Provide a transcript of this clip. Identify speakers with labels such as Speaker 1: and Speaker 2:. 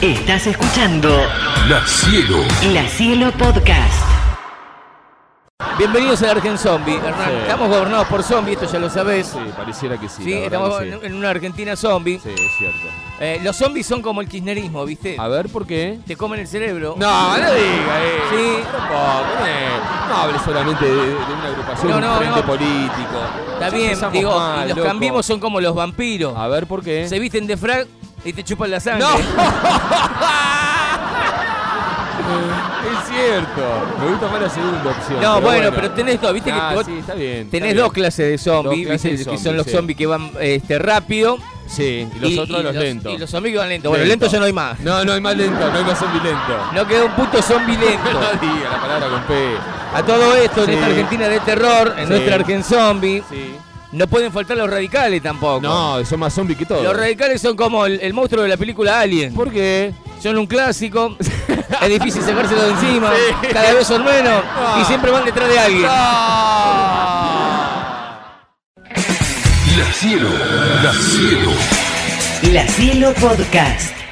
Speaker 1: Estás escuchando
Speaker 2: La Cielo.
Speaker 1: La Cielo Podcast.
Speaker 3: Bienvenidos a Argen Zombie, Hernán.
Speaker 4: Sí.
Speaker 3: Estamos gobernados por zombies, esto ya lo sabés.
Speaker 4: Sí, pareciera que sí.
Speaker 3: Sí,
Speaker 4: la verdad
Speaker 3: estamos
Speaker 4: que
Speaker 3: en- en una Argentina zombie.
Speaker 4: sí. Sí, es cierto.
Speaker 3: Eh, los zombies son como el kirchnerismo, ¿viste?
Speaker 4: A ver, ¿por qué?
Speaker 3: Te comen el cerebro.
Speaker 4: No, no diga eso.
Speaker 3: eh. Sí.
Speaker 4: Tampoco, eh. No hable solamente de, de una agrupación,
Speaker 3: No,
Speaker 4: de
Speaker 3: no,
Speaker 4: un frente
Speaker 3: no.
Speaker 4: político.
Speaker 3: Está
Speaker 4: Ya
Speaker 3: bien,
Speaker 4: empezamos
Speaker 3: digo,
Speaker 4: mal,
Speaker 3: y los
Speaker 4: loco.
Speaker 3: cambimos son como los vampiros.
Speaker 4: A ver, ¿por qué?
Speaker 3: Se visten de frag y te chupan la sangre.
Speaker 4: ¡No! es cierto. Me gusta más la segunda opción.
Speaker 3: No, bueno, pero tenés dos, viste que
Speaker 4: Ah,
Speaker 3: vos
Speaker 4: sí, está bien. está
Speaker 3: Tenés
Speaker 4: bien.
Speaker 3: dos clases de
Speaker 4: Dos
Speaker 3: zombies,
Speaker 4: clases de
Speaker 3: que son
Speaker 4: zombies,
Speaker 3: los
Speaker 4: sí.
Speaker 3: zombies que van este, rápido.
Speaker 4: Sí, y los otros los lentos.
Speaker 3: Y los zombies que van lentos. Bueno, lentos ya no hay más.
Speaker 4: No, no hay más lento, no hay más zombie lento.
Speaker 3: No queda un puto zombie lento.
Speaker 4: No diga la palabra con P.
Speaker 3: A todo esto, en
Speaker 4: Sí.
Speaker 3: esta Argentina de terror, en
Speaker 4: Sí.
Speaker 3: nuestra Argen Zombie,
Speaker 4: Sí.
Speaker 3: no pueden faltar los radicales tampoco.
Speaker 4: No, son más zombies que todos.
Speaker 3: Los radicales son como el, el monstruo de la película Alien.
Speaker 4: ¿Por qué?
Speaker 3: Son un clásico, es difícil sacárselo de encima,
Speaker 4: Sí.
Speaker 3: cada vez son menos
Speaker 4: Ah.
Speaker 3: y siempre van detrás de alguien.
Speaker 2: La Cielo. La Cielo.
Speaker 1: La Cielo Podcast.